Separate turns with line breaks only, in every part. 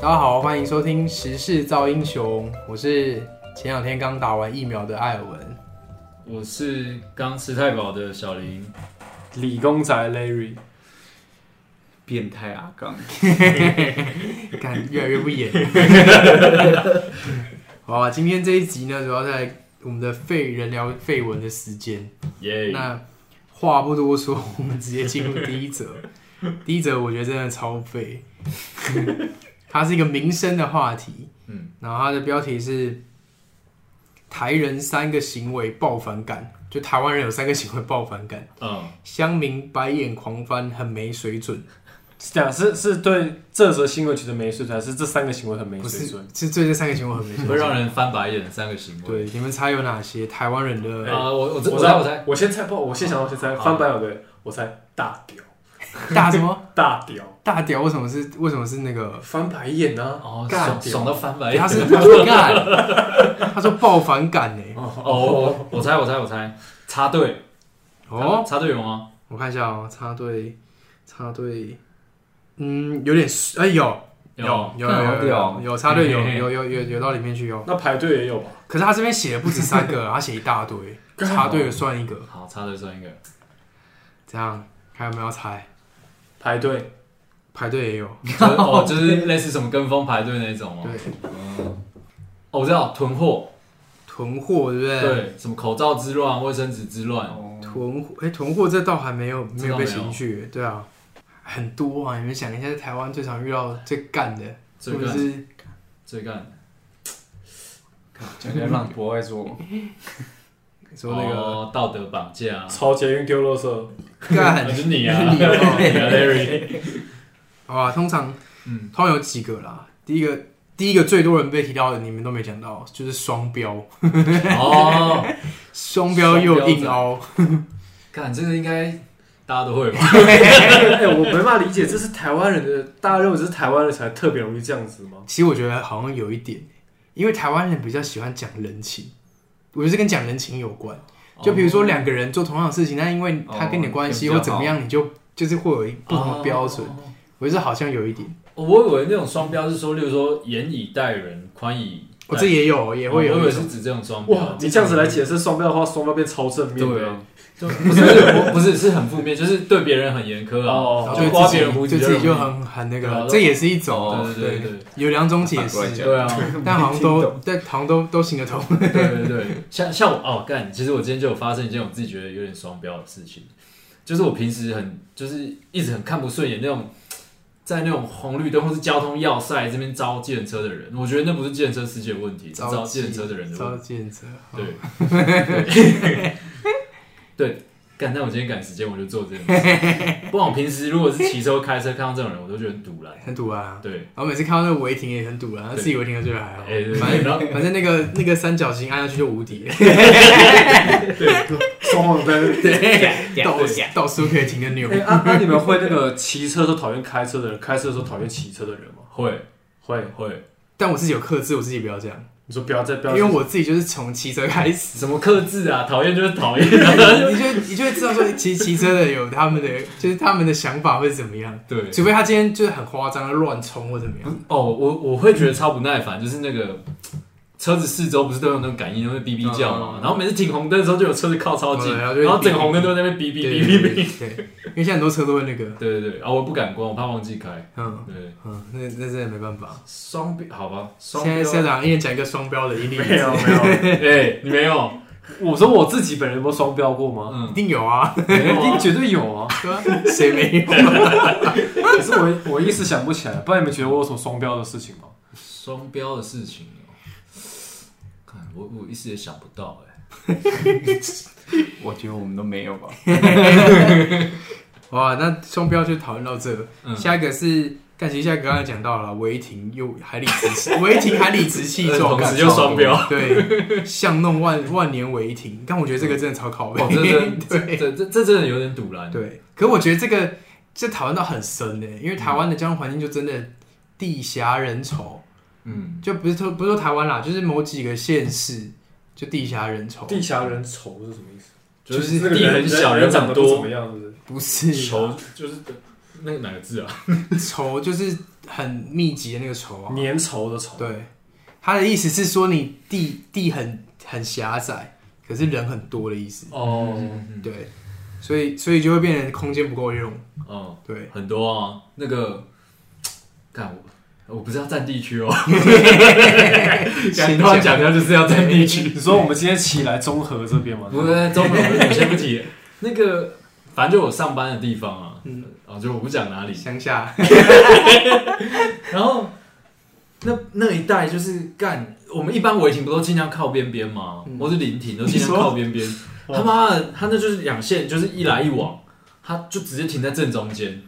大家好，欢迎收听《时事造英雄》，我是前两天刚打完疫苗的艾尔文。
我是刚吃太饱的小林，
理工仔 Larry，
变态阿刚，
看越来越不演。好啊，今天这一集呢，主要在我们的废人聊废文的时间。
耶、
那话不多说，我们直接进入第一则。 第一则我觉得真的超废， 它是一个民生的话题。
嗯，
然后它的标题是“台人三个行为爆反感”，就台湾人有三个行为爆反感，
嗯，
乡民白眼狂翻，很没水准。
是这样，是是对这则新闻觉得没水准，还是这三个行为很没
不
水
是
准？，
是对这三个行为很没水
会让
准。
人翻白眼的三个行为。
对，你们猜有哪些台湾人 的
哎
啊、我我知
我
我猜我猜，
我先猜，不，我先想到先猜，
好
翻白眼的，我猜大屌，
大什么
大屌，
大屌？为什么是为什么是那个？
翻白眼啊！
哦，
干
爽爽到翻
哎
白眼
他。是他说干，他说爆反感欸呢、
哦，我我猜我猜我猜，插队
哦，
插队有吗？
我看一下哦，插队，插队，嗯，有点湿，哎、有有有
看好
有
屌
有有插队有
嘿嘿嘿
有有有有到里面去哦。
那排队也有吧？
可是他这边写的不止三 个，他写一大堆，
干
插队的算一个，
好，插队算一个。
这样还有没有要猜？
排队，
排队也有，
就是哦，就是类似什么跟风排队那种哦。
对，
哦，我知道囤货，
囤货对不对？，
对，什么口罩之乱、卫生纸之乱，哦
哦
囤货，哎、囤货这倒还没有没有被
这倒没有
情绪，对啊，很多啊，你们想一下，在台湾最常遇到最干的，
最
或者
干
是
最干
讲起来让博爱做，
说那个
哦道德绑架，
超捷运丢垃圾，
干
那是你啊，
你哦
你啊，Larry，
好吧，通常，
嗯
通常有几个啦。第一个，第一个最多人被提到的，你们都没讲到，就是双标，
哦，
双标又硬凹，
看这个应该大家都会吧？
哎，我没办法理解，这是台湾人的，大家认为这是台湾人才特别容易这样子吗？
其实我觉得好像有一点，因为台湾人比较喜欢讲人情，我觉得这跟讲人情有关。就比如
哦
说两个人做同样的事情，但因为他跟你的关系
哦
或怎么样，你就就是会有一不同的标准
哦。
我觉得好像有一点，
哦我以为那种双标是说，例如说严以待人，宽以
我这也有，也会
哦我以
有
为
一种。
是指这种双标。
哇，你这样子来解释双标的话，双标变超正面
对
的
啊。就 不是不是我不是是很负面，就是对别人很严苛啊，
然
哦
后
就
就
刮
自
别人胡
己
子
就自己就
就容
很很那
对
个
啊，
这也是一种，
对对对
有两种解
反过来
释
讲，
对啊，
但好像都但好像都都行得通。
对对对，像像我哦干，其实我今天就有发生一件我自己觉得有点双标的事情，就是我平时很就是一直很看不顺眼那种。在那种红绿灯或是交通要塞这边招计程车的人，我觉得那不是计程车司机的问题，是招计程车的人的问题。
招计程车，
对，对，干！但我今天赶时间，我就做这件事。不然我平时如果是骑车、开车看到这种人，我都觉得很堵然。
很堵啊。
对，
然后每次看到那个违停也很堵啊，
对
自己违停的就还好
哎、，对
反
对，
正
然后
反正那个那个三角形按下去就无敌了，
双黄灯。
到到处可以停的钮
哎，。啊，那你们会那个骑车的时候讨厌开车的人，开车的时候讨厌骑车的人吗？
会
会。
会
但我自己有克制，我自己不要这样，
你说不要再不
因
要再，
为我自己就是从骑车开 始，
什么克制啊？讨厌就是讨厌，
你就你就会知道说骑骑车的有他们的就是他们的想法会是怎么样，
对。
除非他今天就是很夸张乱冲或怎么样。
哦，我我会觉得超不耐烦，就是那个车子四周不是都有那种感应，都会哔哔叫嘛。然后每次停红灯的时候，啊就有车子靠超近，
对然后就会
然后整个红灯都在那边哔
对
哔哔哔
对
哔。
对，对因为现在很多车都会那个，
对对对，啊，我不敢关，我怕忘记开。
嗯
对，
嗯，那那真的没办法。
双标，好吧，双
现
标
在。校长一人讲一个双标的一例，
没有没
哎、你没有？
有，我说我自己本人有没有双标过吗？
一
嗯，
定有啊，
没有
一定
啊，
绝对有啊，
对啊谁没有？
可是我我一时想不起来，不然你们觉得我有什么双标的事情吗？
双标的事情哦、看我我一时也想不到哎、
我觉得我们都没有吧。
哇，那双标就讨论到这。
嗯
下一个是，但其实下一个刚才讲到了，违停又还理直 气，违停还理直气壮，
同时就双标，
对，巷弄万万年违停。但我觉得这个真的超考
哦，
背，
这真这
对
这这这真的有点堵然。
对。可我觉得这个这讨论到很深呢，因为台湾的交通环境就真的地狭人稠，
嗯，
就不是说不是说台湾啦，就是某几个县市就地狭人稠，
地狭人稠是什么意思？
就是
那个
地很小，人
长
很
得不怎
多
么，样，是不是？
不是啦
稠就是那个哪个字啊？
稠就是很密集的那个仇啊。
粘稠的稠，
对，他的意思是说你地地很很狭窄，可是人很多的意思。
哦，
嗯
对，所以所以就会变成空间不够用。
哦，
对，
很多啊，那个，看我，我不是要占地区 哦，
先
突然讲到就是要占地 区，
你说我们今天起来综合这边吗？
不是中文，我先不 提。那个，反正就我上班的地方啊，
嗯
哦，就我不讲哪里。
乡下，
然后那那一带就是干，我们一般违停不都尽量靠边边吗？
嗯
或是临停都尽量
你说
靠边边。
哦
他妈的，他那就是两线，就是一来一往，他就直接停在正中间。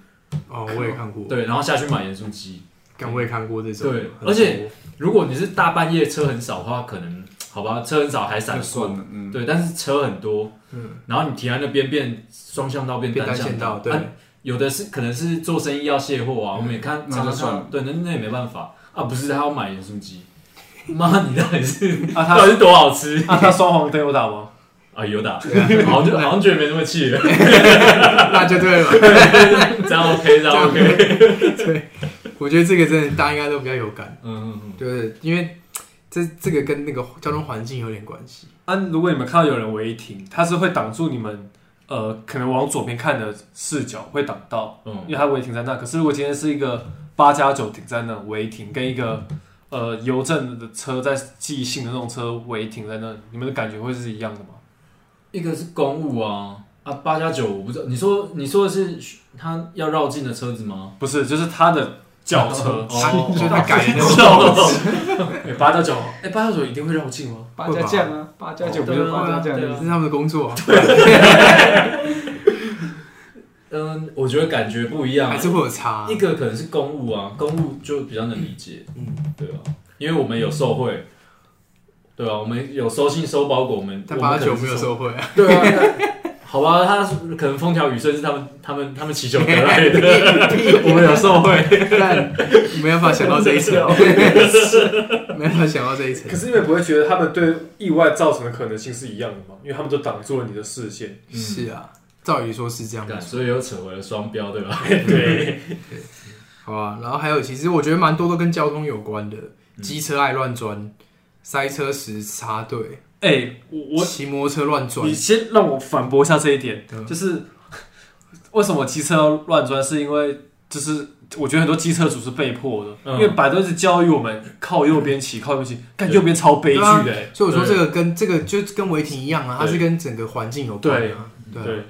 哦，我也看过，
对，然后下去买盐酥鸡。
刚我也看过这种，
对
很多
而且如果你是大半夜车很少的话，可能好吧，车很少还闪
就
过
算。了，嗯，
对，但是车很多，
嗯，
然后你停在那边变双向道变
变单
向
线道，对，
啊有的是可能是做生意要卸货啊，我们也看
那
常
就
常
算
看
了，
对，那那也没办法啊，不是他要买盐酥鸡， 妈，你到底是
啊，
到
他
底是多好吃
啊，他双黄灯有打吗？
啊？有打，
对啊
好像就好像觉得没那么气了， 啊
那就对了。
这样 OK，这样 OK，
对，我觉得这个真的大家应该都比较有感，
嗯嗯嗯，
对，因为这这个跟那个交通环境有点关系。
啊，如果你们看到有人违停，他是会挡住你们，呃，可能往左边看的视角会挡到，
嗯
因为他违停在那。可是如果今天是一个八加九停在那违停，跟一个呃邮政的车在寄信的那种车违停在那，你们的感觉会是一样的吗？
一个是公务啊啊八加九，我不知道，你说你说的是他要绕境的车子吗？，
不是，就是他的轿 车
哦
所以他改了那 种
哎八加九，哎，八加九一定会绕境吗？
八加酱啊，八加九不
对
是
啊
八加酱
对啊
吗，
这是他们的工作啊，
嗯，我觉得感觉不一样
还
啊，
是会有差
一。个可能是公务啊，公务就比较能理解，
嗯，
对啊，因为我们有受贿，对啊，我们有收信收包裹，我们
但八九没有，
我们
收回啊，
可能是对啊，好吧，他是可能风调雨顺是他们他们他们祈求得来的， 我们有受贿，
但没办法想到这一 层， 没办法想到这一层
可。是你们不会觉得他们对意外造成的可能性是一样的吗？因为他们都挡住了你的视线。
嗯
是啊，照理说是这样
干
的。
所以又扯回了双标，对吧？
对，
好啊，然后还有，其实我觉得蛮多都跟交通有关的，机车爱乱钻，塞车时插队，
哎，我我
骑摩托车乱转
你，先让我反驳一下这一点，
嗯
就是为什么机车要乱钻，是因为就是我觉得很多机车主是被迫的，
嗯
因为百度一直教育我们靠右边骑，靠右边骑，看
对
右边超悲剧的、欸
所以我说这个跟这个就跟违停一样啊，它
对
是跟整个环境有关啊。对啊，
对，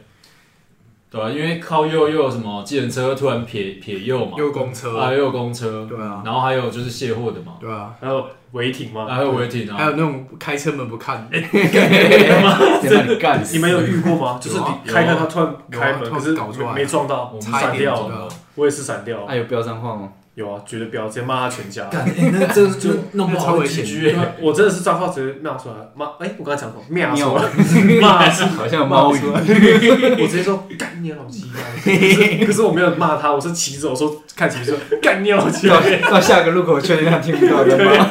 对啊，因为靠右又有什么，计程车突然撇撇右嘛，
又有公
啊，
车，
又有公车，
对啊，
然后还有就是卸货的嘛，
对啊，
还有违停嘛，
还有违停啊，
还有那种开车门不看，
得把你干死。
你们有遇过吗？就是
有啊
你开开他突然
有啊
开门，
突然
可是
搞出来
没没撞到，
我们
差
闪
一点
掉
撞
了，
到。哎
我也是闪掉，
还有标脏 话吗？
有啊，绝对不要直接骂他全家。
干，欸那这就弄不好
那超
会
危
几
险
居
对
欸。
啊我真的是脏话直接骂出来，骂哎、我刚才讲 什么？骂出来，
喵
骂出来
好像有猫语。
我直接说干你老 鸡巴，可是我没有骂他，我是骑着我说看骑说干你老鸡巴
到， 到下个路口确定他听不到的吗？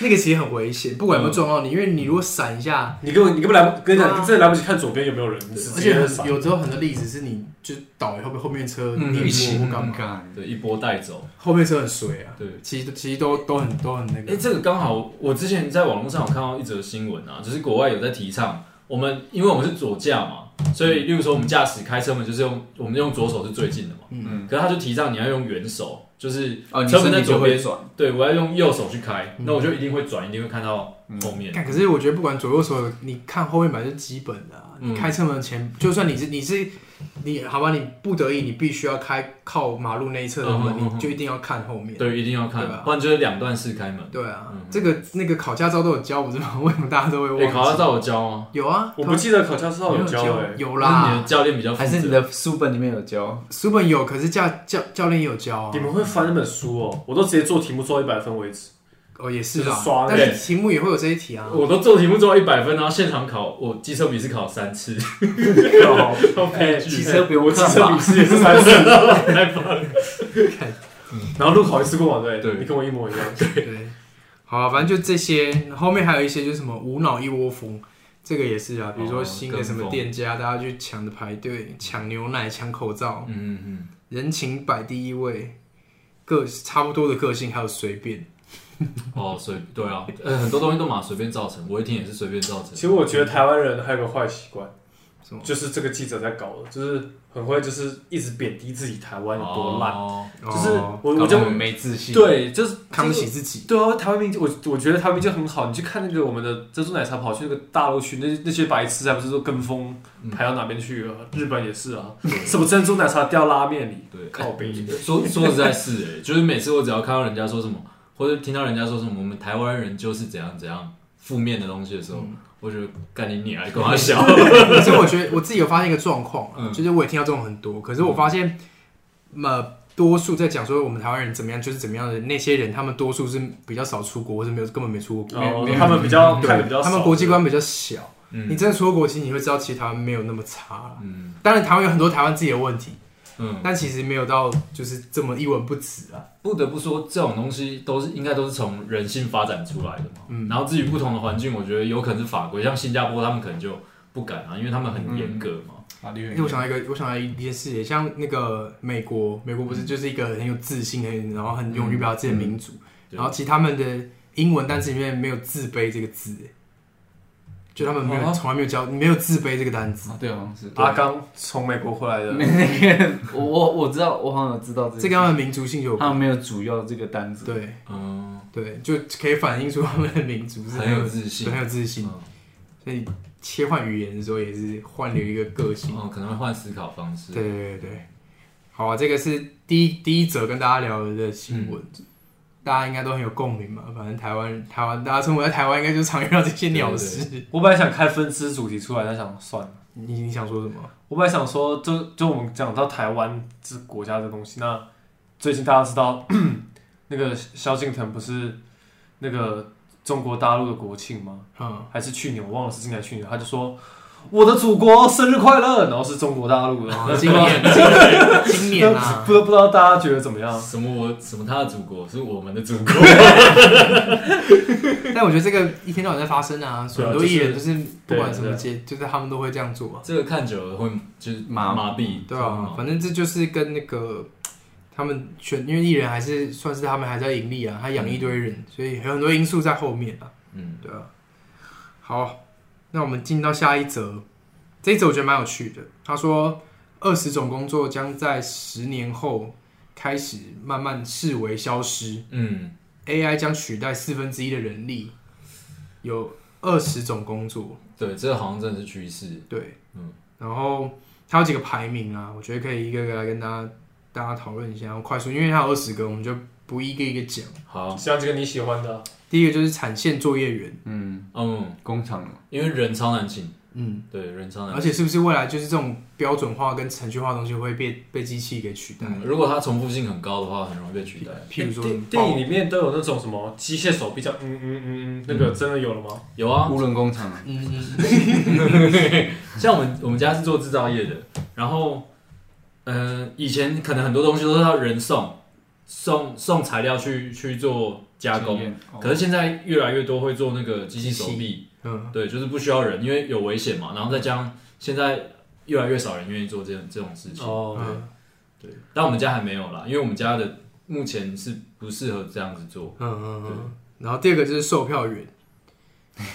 那个其实很危险，不管有没有撞到你，因为你如果闪一下，
你根本你根本来不跟你
对
讲，
啊
你真的来不及看左边有没有人，你直
而且
接
很有时候很多例子是你就倒后面后面车，
嗯
你
一
一起嗯
起
或干嘛，
干
对，一波带走。
后面车很水啊。
对，
其实其实都都很都很那
哎、
个，
这个刚好，我之前在网络上有看到一则新闻啊，就是国外有在提倡，我们因为我们是左驾嘛，所以例如说我们驾驶开车门就是用我们用左手是最近的嘛，
嗯，
可是他就提倡你要用原手，就是
哦，你
车门
身
在
体就
左
会
边，
转，
对我要用右手去开，
嗯
那我就一定会转，一定会看到后面。
干可是我觉得不管左右手，你看后面本来是基本的、啊。
嗯
你开车门前，就算你是你是你，好吧，你不得已你必须要开靠马路那一侧的门，
嗯嗯嗯嗯
你就一定要看后面。
对，一定要
对吧
看，不然就是两段式开门。
对啊，
嗯
这个那个考驾照都有教，不是吗？为什么大家都会忘
哎、
记？
考驾照我教啊，
有啊，
我不记得考驾照
考
有教哎、
有
那你
啦
的，教练比较负
还是你
责。
的书本里面有教？
书本有，可是教教教练也有教啊。
你们会翻那本书哦，我都直接做题目做到一百分为止。
哦，也是
就
啦
是刷，
但
对
是题目也会有这一题啊。
我都做题目做到一百分，然后现场考，我机车笔试考三次，好悲
骑
剧。
哎车不用
我骑
看
车笔
吧？
试也是三次，
太棒了！
然后路考一次过嘛，对，
对
你跟我一模一样。
对，好啊、反正就这些，后面还有一些就是什么无脑一窝蜂，这个也是啊，比如说
哦
新的
跟
什么
风
店家，大家去抢着排队，抢牛奶、抢口罩，
嗯嗯
人情摆第一位，个差不多的个性，还有随便，
哦，随对啊，呃，很多东西都嘛随便造成，违停也是随便造成。
其实我觉得台湾人还有个坏习惯
什么，
就是这个记者在搞的，就是很会就是一直贬低自己台湾有多烂，
哦
就是
哦
我
搞
我
得
就
我们没自信。，
对，就是
看不起
就是
自己。
对啊，台湾明我我觉得台湾明星很好，你去看那个我们的珍珠奶茶跑去那个大陆去，那那些白痴还不是说跟风
嗯
排到哪边去啊？日本也是啊，什么珍珠奶茶掉拉面里，嗯
对，哎
靠北。
说说实在是哎、就是每次我只要看到人家说什么，或者听到人家说什么，我们台湾人就是怎样怎样负面的东西的时候，我觉得干你你还跟我笑，
其实我觉得我自己有发现一个状况啊、
嗯
就是我也听到这种很多，可是我发现，呃，多数在讲说我们台湾人怎么样，就是怎么样的那些人，他们多数是比较少出国，或者没有根本没出过国，
哦
没有
他们比较
对
看的比较少，
他们国际观比较小。你
嗯
真的出国，其实你会知道，其实台湾没有那么差啦。
嗯
当然，台湾有很多台湾自己的问题，
嗯，
但其实没有到就是这么一文不值啊。
不得不说这种东西都是应该都是从人性发展出来的嘛，
嗯
然后至于不同的环境，我觉得有可能是法规，像新加坡他们可能就不敢啊，因为他们
嗯
很严格嘛，
法律
因为我想到一个，我想到一件事情，像那个美国，美国不是就是一个很有自信、很然后很勇于表达自己的民族，
对
然后其实他们的英文单词里面没有自卑这个字，欸就他们没有
哦
从来没有教没有自卑这个单词，
啊，对，好像是
阿刚从美国回来的，
那个，我我我知道，我好像有知道这个，
这跟他们的民族性就有
他
关。
们没有主要这个单子。
对
嗯，
对，就可以反映出他们的民族是
很有自信
对，很有自信。
嗯
所以切换语言的时候也是换了一个个性。
哦，可能会换思考方式，
对对对对，好啊，这个是第一第一则跟大家聊的新闻，大家应该都很有共鸣嘛。反正台湾台湾大家生活在台湾，应该就常遇到这些鸟事。
我本来想开分支主题出来，但想算了。
你你想说什么？
我本来想说，就就我们讲到台湾这国家的东西，那最近大家知道 那个萧敬腾不是那个中国大陆的国庆吗？
嗯，
还是去年我忘了是今年还是去年，他就说我的祖国生日快乐，然后是中国大陆的，那
今年啊今年今年哦 啊，
不不知道大家觉得怎么样？
啊什么我什么他的祖国是我们的祖 国，
但我觉得这个一天到晚在发生啊，
对啊
很多艺人就是不
对
管什么
对
节，就是他们都会这样做啊。
这个看久了会就是
麻
麻痹，
对啊，反正这就是跟那个他们选，因为艺人还是算是他们还在盈利啊，他养一堆人，所以有很多因素在后面啊。
嗯，
对啊。好，那我们进到下一则，这一则我觉得蛮有趣的。他说，二十种工作将在十年后开始慢慢视为消失
嗯
，AI 将取代四分之一的人力，有二十种工作，，
对，这个好像真的是趋势。
对，
嗯。
然后它有几个排名啊，我觉得可以一个一个来跟大家大家讨论一下，然后快速，因为它有二十个，我们就不一个一个讲。
好，
像这个你喜欢的，
第一个就是产线作业员，
嗯，
嗯，
工厂啊嘛
因为人超难请，
嗯，
对，人超难
而且是不是未来就是这种标准化跟程序化的东西会被被机器给取代
请。？嗯如果它重复性很高的话，很容易被取代。
譬如说
电电影里面都有那种什么机械手臂叫嗯嗯嗯嗯，那个真的有了吗？
有啊，
无人工厂啊，
嗯嗯，
像我们我们家是做制造业的，然后，呃，以前可能很多东西都是要人送送送材料去去做加工，
哦
可是现在越来越多会做那个机器手臂，
嗯，
对，就是不需要人，因为有危险嘛。然后再加上现在越来越少人愿意做这种这种事情。
哦
嗯
对，但我们家还没有啦，因为我们家的目前是不适合这样子做。
嗯嗯嗯。然后第二个就是售票员，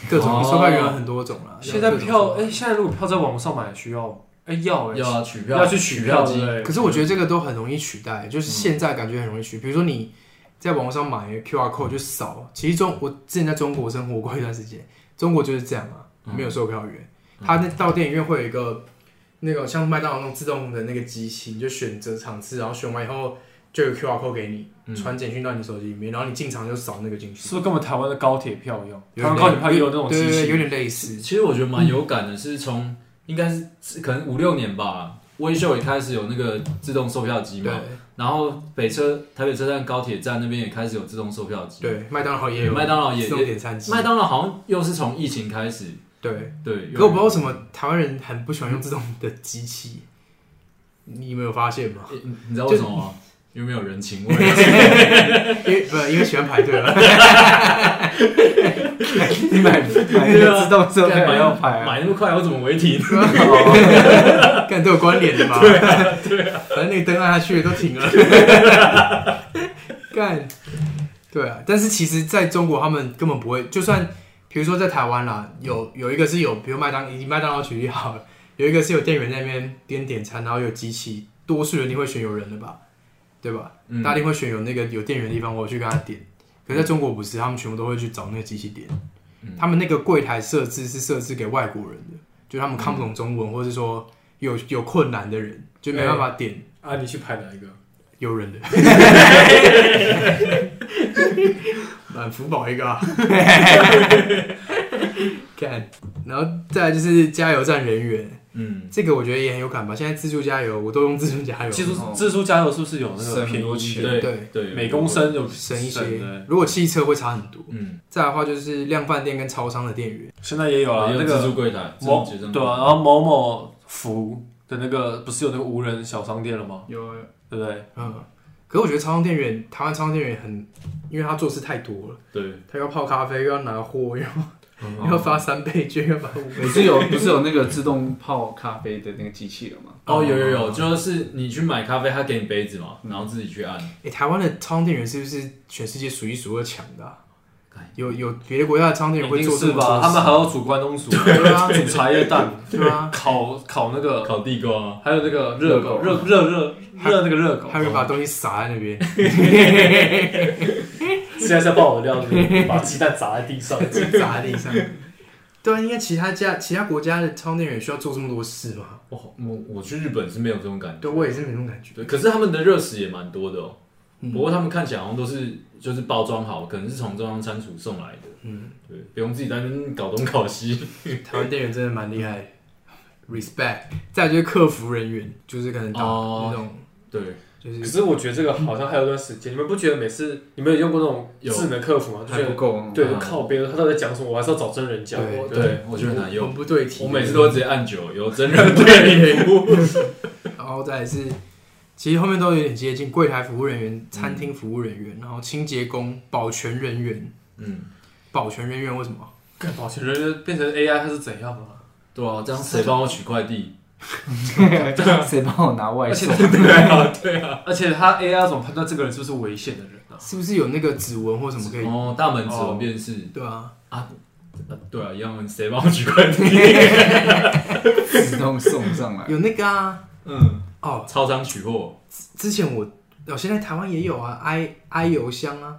各种售票员有很多种啦。
现在
有各种
票
售
哎、现在如果票在网络上买需要哎、要哎、
要啊取票
要去取票
机
之，类的
可是我觉得这个都很容易取代，就是现在感觉很容易取，比如说你在网络上买 QR code 就扫，其实中我之前在中国生活过一段时间，中国就是这样啊，
嗯
没有售票员，他那到电影院会有一个那个像麦当劳那种自动的那个机器，你就选择场次，然后选完以后就有 QR code 给你，
嗯
传简讯到你手机里面，然后你进场就扫那个进去，
是不是跟我们台湾的高铁票一样？
有
台
点
湾高铁票也有那种
对
机
对对有
器，
点类似，
其实我觉得蛮有感的，是从应该是是可能五六年吧，微秀也开始有那个自动售票机
对
嘛，然后北车台北车站高铁站那边也开始有自动售票机，，
对，麦当劳也有，
麦当劳也
自动点餐机，
麦当劳好像又是从疫情开始，
对。
对，
可我不知道为
有
什么台湾人很不喜欢用这种的机器，你没有发现 吗？
你你知道为什么吗？因为没有人情味，
因为不，因为喜欢排队啊了。
你买买
对啊
自动售
干
票
嘛
要排啊，
买那么快，我怎么违停？
看都有关联的嘛。对啊，反正那个灯按下去都停了。干，对啊，但是其实在中国他们根本不会，就算比如说在台湾啦，有有一个是有，比如麦当以麦当劳举例好了，有一个是有店员在那边边点餐，然后有机器，多数人一定会选有人的吧，对吧？
嗯
大家一定会选有那个有店员的地方，我去跟他点。可是在中国不是，他们全部都会去找那个机器点。
嗯
他们那个柜台设置是设置给外国人的，就他们看不懂中文，或者说有有困难的人，就没办法点
啊，你去排哪一个？
有人的。满福宝一个、啊， 看，然后再来就是加油站人员，
嗯，
这个我觉得也很有感吧。现在自助加油，我都用自助加油，
技术自助加油是不是有那个
省很
便宜
多
一点
嗯
钱
对
对
对，
每公升有
省一
的
些。如果汽车会差很多。
嗯，
再来的话就是量贩店跟超商的店员，
现在也有啊，
也
那
有自助
个
柜台，
某
自助结账
对啊，然后某某福的那个不是有那个无人小商店了吗？
有啊
对不对？
嗯，可是我觉得超商店员，台湾超商店员很，因为他做事太多了，
对，
他要泡咖啡，又要拿货，又
哦
嗯
要发三倍券，要发五倍
不是有 不是有那个自动泡咖啡的那个机器了吗？
哦，有有有，就是你去买咖啡，他给你杯子嘛，然后自己去
哦
按。
哎、台湾的超商店员是不是全世界数一数二强的啊、
哎
有有别的国家的超商店员
一
会
定
做这
是
么多
吧？他们还要煮关东煮，
对啊
煮茶叶蛋，
对啊，
烤烤那个，
烤地瓜，啊
还有那个热狗，热热热热那个热狗，
还会把东西撒在那边，
现在在爆我的料理，把鸡蛋砸在地上。
砸在地 上。对啊，应该其他家其他国家的超商店员需要做这么多事吗？
我好我我去日本是没有这种感觉。
对，我也是没那种感觉。
对，可是他们的热食也蛮多的哦、不过他们看起来好像都是就是包装好，可能是从中央餐厨送来的。
嗯，
对，不用自己在那边搞东搞西。
台湾店员真的蛮厉害的，respect。再来就是客服人员，就是可能打
哦
那种，
对，
就
可
是
是我觉得这个好像还有一段时间，你们不觉得每次你们有用过那种
有
智能客服吗？就
还
觉
不
得
够，啊
对，
嗯
靠边，他到底在讲什么？我还是要找真人讲。
对
对，我觉得很难用
文。不对题。
我每次都会直接按九，有真人对你服务。
然后再来是，其实后面都有点接近柜台服务人
嗯
员、餐厅服务人员，然后清洁工、保全人员。
嗯，
保全人员为什么？
干保全人员变成 AI，它是怎样啊？
对啊，这样谁帮我取快 递？
谁帮我 拿外送？
啊
而且他 AI 要怎么判断这个人是不是危险的人啊？
是不是有那个指纹或什么可以？
哦，大门指纹辨识。
对啊，
啊对啊，一样问谁帮我取快递？
自动送上 来。
有那个啊。
嗯，
哦，
超商取货。
之前我，哦，现在台湾也有啊，i i 邮箱啊，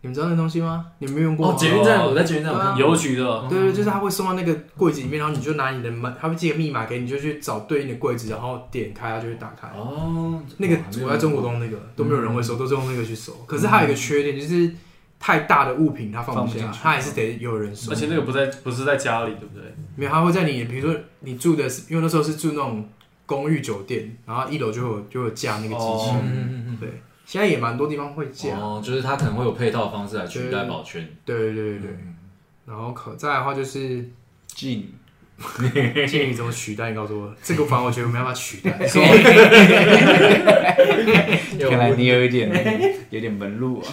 你们知道那东西吗？你们没用过
哦
吗，？
捷运站，我在捷运站有看到。
邮局的，
对对，就是他会送到那个柜子里面，然后你就拿你的门，他会寄个密码给你，你就去找对应的柜子，然后点开，它就会打开。
哦，
那个
哇没有
我在中国东那个都没有人会收，都是用那个去收。可是它有一个缺点，就是太大的物品它放不
放
下
不进，去
它还是得有人收
而。且那个不在不是在家里，对不对？
没有，它会在你，比如说你住的是，因为那时候是住那种公寓酒店，然后一楼就有就有架那个机器
哦。
嗯嗯嗯
对，现在也蛮多地方会
嗯，
架。
哦，就是他可能会有配套方式来取代保全。
对对对对对。然后可再来的话就是，
进
建议你怎么取代？你告诉我，这个反而我觉得没办法取代。
看来你有一点有点门路啊。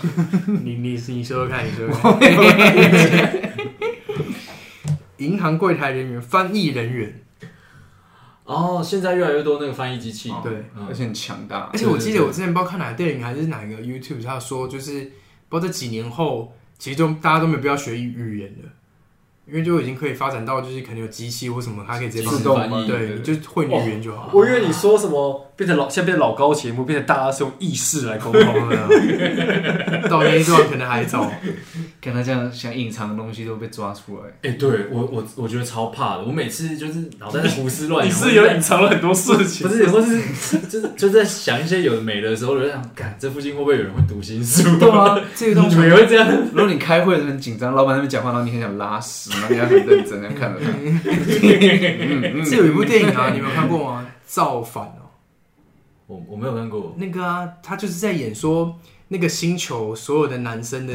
你你你说说看，你说说看。 银行柜台人员、翻译人员，
哦，现在越来越多那个翻译机器。
对，
嗯
而且很强大
而。且我记得我之前不知道看哪个电影还是哪个 YouTube，他说就是不知道这几年后，其实就大家都没有必要学语言了，因为就已经可以发展到就是可能有机器或什么，它可以直接帮
自
你
动哦吗
对，你就会你语言就好。
我以为你说什么？
变成老现在变成老高节目，变成大家是用意识来 沟通。
哦到那一段可能还 早，
看他这样想隐藏的东西都被抓出来，
哎、对我我我觉得超怕的，我每次就是脑袋在胡思乱
你
想，
是有
或者
隐藏了很多事
在
情
不，是，或是 就是就是在想一些有的没的的时候，我就想，干这附近会不会有人会读心术？
对 啊，
这个东
你
西
们也会这样？
如果你开会很紧张，老板在那边讲话，然后你很想拉屎，然后你要很认真的看着他。嗯
这有一部电影啊，你们有看过吗？造反哦。
我我没有看过，
那个啊，他就是在演说那个星球所有的男生的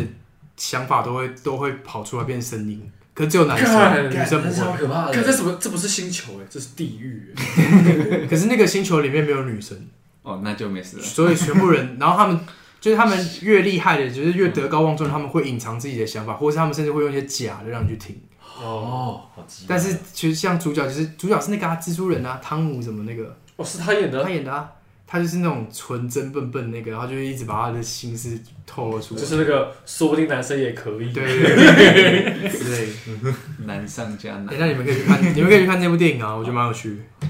想法都会都会跑出来变声音，可只有男生，
干
女生不
但是好
会。
可
哎
怕
看这
的。
什么？这不是星球哎，这是地狱哎。
可是那个星球里面没有女生，
哦，那就没事了。
所以全部人，然后他们就是他们越厉害的，就是越德高望重的，他们会隐藏自己的想法，或者是他们甚至会用一些假的让你去听。
哦
哦，好奇。
但是其实像主角，就是主角是那个、啊、蜘蛛人啊，汤姆什么那个，
哦，是他演的
他演的啊，他就是那种纯真笨笨那个，然后就一直把他的心思透露出来，
就是那个说不定男生也可以。
对对 对之类的。
难上加
哎、
难。
那你们可以去看，你们可以去看这部电影啊，我觉得蛮有趣的。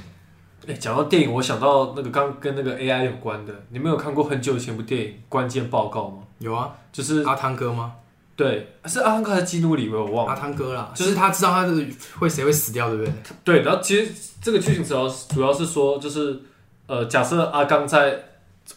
哎、讲到电影，我想到那个刚跟那个 AI 有关的，你们有看过很久以前一部电影《关键报告》吗？
有啊，
就是
阿汤哥吗？
对，是阿汤哥还是基努里维，我忘
阿
了。
汤哥啦，就
就是
他知道他是会谁会死掉，对不对？
对，然后其实这个剧情主要是主要是说，就是呃，假设阿刚在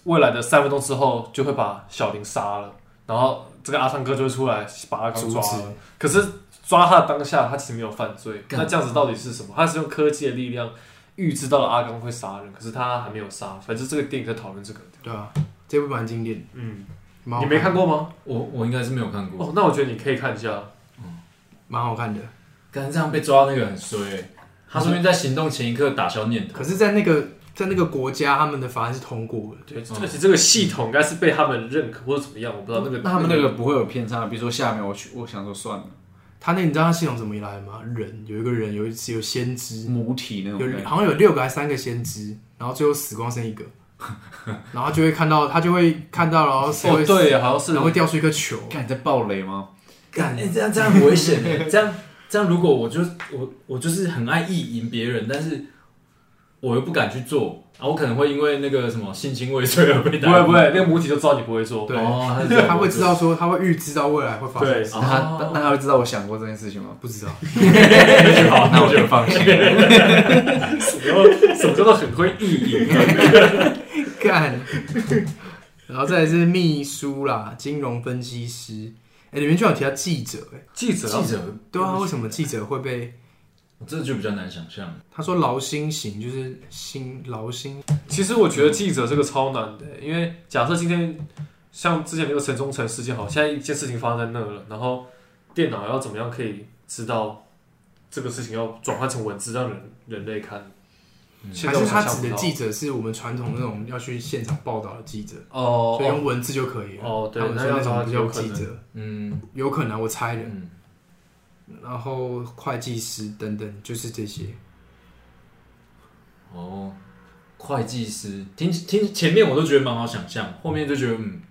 未来的三分钟之后就会把小林杀了，然后这个阿汤哥就会出来把阿刚
阻
抓
止
了。可是抓他的当下，他其实没有犯罪。
干
那这样子到底是什么？他是用科技的力量预知到了阿刚会杀人，可是他还没有杀。反正这个电影在讨论这个。
对啊，这部蛮经典的，
嗯，
蛮
你
好
没看过吗？
我我应该是没有看过，
哦，那我觉得你可以看一下。啊
蛮好看的。
感觉这样被抓那个很衰欸、他说不定在行动前一刻打消念头
可。是，在那个在那个国家，他们的法案是通过的，
对，
嗯
嗯
而且这个系统应该是被他们认可或者怎么样，我不知道那个
那他们那个不会有偏差，比如说下面我去，我想说算了，
他那你知道他系统怎么来的吗？人有一个人有一次有先知，
母体
嗯
那种感
有
觉，
好像有六个还是三个先知，然后最后死光剩一个，然后他就会看到他就会看到，然后谁会死，
哦，对，好像是
然后会掉出一颗球，
看你在暴雷吗？
干、欸，这样这样很危险欸、这样这样如果我就我我就是很爱意淫别人，但是我又不敢去做啊，我可能会因为那个什么性侵未遂而被
不
打。
会不会，那个母体就知道你不会做。
对
哦，他是这样
他会知道说他会预知到未来会发生，
对，
那他
哦
那他会知道我想过这件事情吗？
不知道，
好， 那我 就放心了。
然后什么叫做很会意淫？
干，然后再来是秘书啦，金融分析师，哎、里面居然有提到记者、哎，
记者啊
记者，
对啊，为什么记者会被？
这就比较难想象。
他说劳心刑就是心劳心，
其实我觉得记者这个超难的，因为假设今天像之前那个城中城事件好，现在一件事情发生在那了，然后电脑要怎么样可以知道这个事情要转换成文字让人人类看？现
还
在我
是
想
他
象
指
不
的
到
记者是我们传统那种要去现场报道的记者，
哦
所以
哦
用文字就可以了。
哦，对，
他们
那
说
要
那
找
种
他
不
有
叫
可
记
能。
者，
嗯
有可能我猜的。
嗯，
然后会计师等等，就是这些。
哦，会计师，听听前面我都觉得蛮好想象，后面就觉得嗯，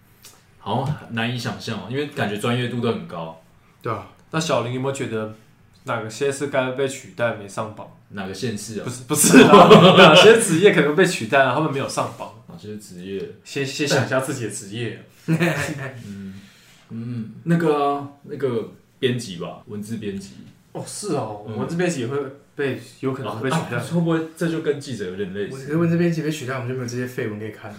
好像难以想象哦，因为感觉专业度都很高。
对啊，
那小林有没有觉得哪些是该被取代没 上榜？
哪个县市啊
不？是不是啊，哪些职业可能被取代啊？他们没有上榜。
哪些职业？啊
先先想一下自己的职业，
嗯，那个啊，那个编辑吧，文字编辑，
哦，是哦，
嗯
我们这边也会被有可能会被
哦
取代
啊。会不会这就跟记者有点类
我
似？
如果这边几被取代，我们就没有这些绯闻可以看。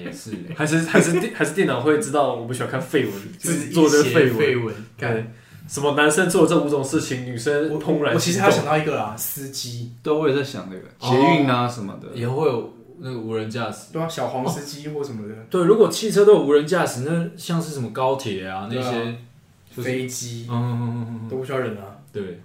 也是，
还是还是电还是电脑会知道我们喜欢看绯闻，就是做这
这
个绯闻，
绯闻。干
对，什么男生做这五种事情，女生
我
怦然
我其实
心
还
动
有想到一个啦，司机，
对，我也在想这个
哦
捷运啊什么的，
以后会有那个无人驾驶。
对啊，小
哦
黄司机或什么的，
对，如果汽车都有无人驾驶，那像是什么高铁啊那
对啊
些，就是
飞机
嗯嗯嗯嗯
都不需要人啊
嗯，。对，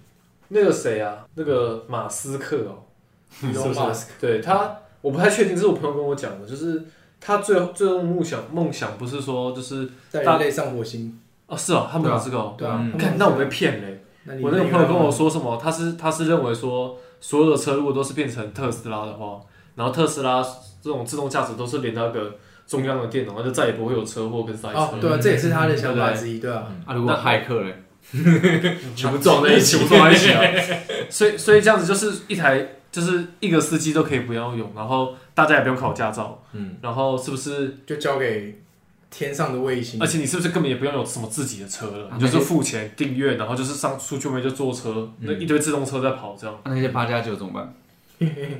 那个谁啊，那个马斯克哦，
你
是不是
Elon Musk
对他，我不太确定，这是我朋友跟我讲的，就是他最后最后梦想梦想不是说就是
带人类上火星，
哦是哦，他们有这个哦，
对啊
嗯。
看那我被骗嘞，
那你
我那个朋友跟我说什么，他是他是认为说，所有的车如果都是变成特斯拉的话，然后特斯拉这种自动驾驶都是连到一个中央的电脑，那就再也不会有车祸跟塞车。
哦，对啊，这也是他的想法之一，对啊。
啊，如果骇客嘞，
全部撞在一起，
全部撞在一起啊！ 所以所以这样子就是一台就是一个司机都可以不要用，然后大家也不用考驾照，
嗯，
然后是不是？
就交给天上的卫星
而。且你是不是根本也不用有什么自己的车了，
啊
你就是付钱订阅，然后就是上出去外面就坐车，那一堆自动车在跑这样。
那那些八加九怎么办？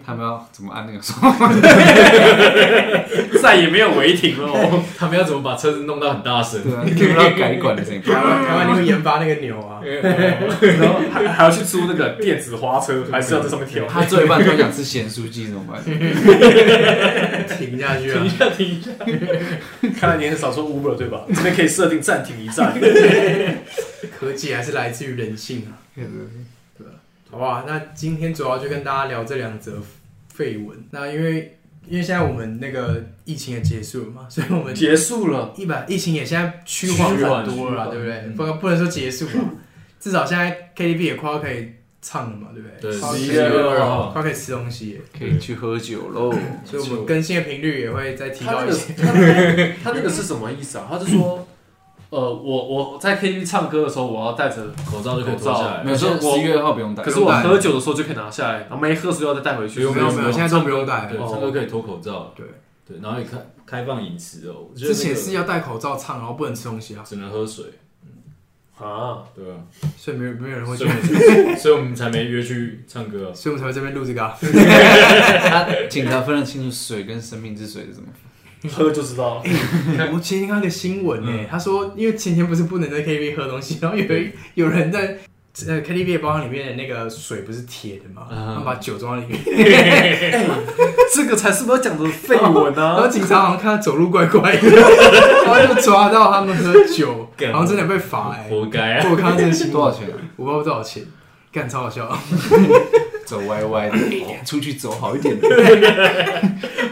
他们要怎么按那个手？
再也没有违停了 哦。
他们要怎么把车子弄到很大声？
对啊，听不到改管的声 音。
台湾台湾你会研发那个钮 啊，
然后还还要去租那个电子花车，还是要在上面 挑。
他做一半突然想吃咸酥鸡怎么办？
停下去啊，
下，嗯停一下。看来你很少说 Uber 对吧？这边可以设定暂停一站。
科技还是来自于人性啊，好不好？那今天主要就跟大家聊这两则绯闻。那因为因为现在我们那个疫情也结束了嘛，所以我们
结束了，
一把疫情也现在趋缓
趋缓
很多了啦，
趋缓
对不对？
嗯
不不能说结束吧，至少现在 KTV 也快要可以唱了嘛，对不对？
对，
快
十一
可以
月二号，
快可以吃东西耶，
可以去喝酒喽。
所以我们更新的频率也会再提
他
高
那
一
个
些。
他那他那个是什么意思啊？他是说，呃，我我在 KTV 唱歌的时候，我要戴着，
口罩就可以脱下来。
没有，说
可是我
十一月二号不用带
可。是我喝酒的时候就可以拿下来，然后没喝的时候要再带回去。
没有没有，现在都不用戴
对，
了。
唱哦歌可以脱口罩。
对
对，然后也开开放饮食哦。我觉得
之
那
前
个
是要戴口罩唱，然后不能吃东西啊，
只能喝水，
啊，
对啊，
所以没有没有人会去
所以，我们 所以我们才没约去唱歌啊。
所以我们才会这边录这个 啊。
警察分得清楚水跟生命之水是什么。
喝就知道。
我前天看了一个新闻
嗯
呢、他说，因为前天不是不能在 KTV 喝东西， 然后有一有人在呃 KTV 的包厢里面的那个水不是铁的嘛，
嗯
他们把酒装在里面，
这个才是我要讲的绯闻
然后
啊！
警察好像看他走路怪怪 的，然后就抓到他们喝酒，
干
好像真的被罚哎、
活该啊！
我看到这个新闻，
多少钱啊？
我不知道多少钱，干超好 笑。
走歪歪的，出去走好一点的。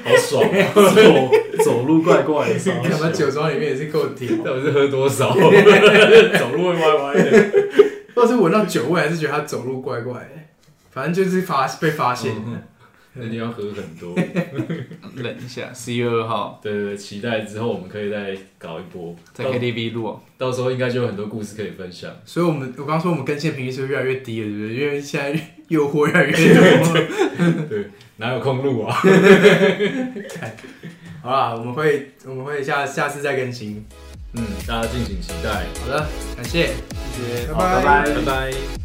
好爽啊！
走走路怪 怪的，傻
看把酒装里面也是够甜的，
到底是喝多少？ 走路会歪歪的。
或是闻到酒味，还是觉得他走路怪怪的，反正就是发被发现。
那你要喝很多。
忍一下，十一月二号
对对对，期待之后我们可以再搞一波，
在
到
KTV 录哦。
到时候应该就有很多故事可以分享。
所以我们我刚说我们更新的频率是不是越来越低了，对不对？因为现在诱惑越来 越多。
哪有空录啊？
好啦，我们会我们会下下次再更新。
嗯，大家敬请期待。
好的，感谢，
谢谢
拜
好拜
拜
拜拜。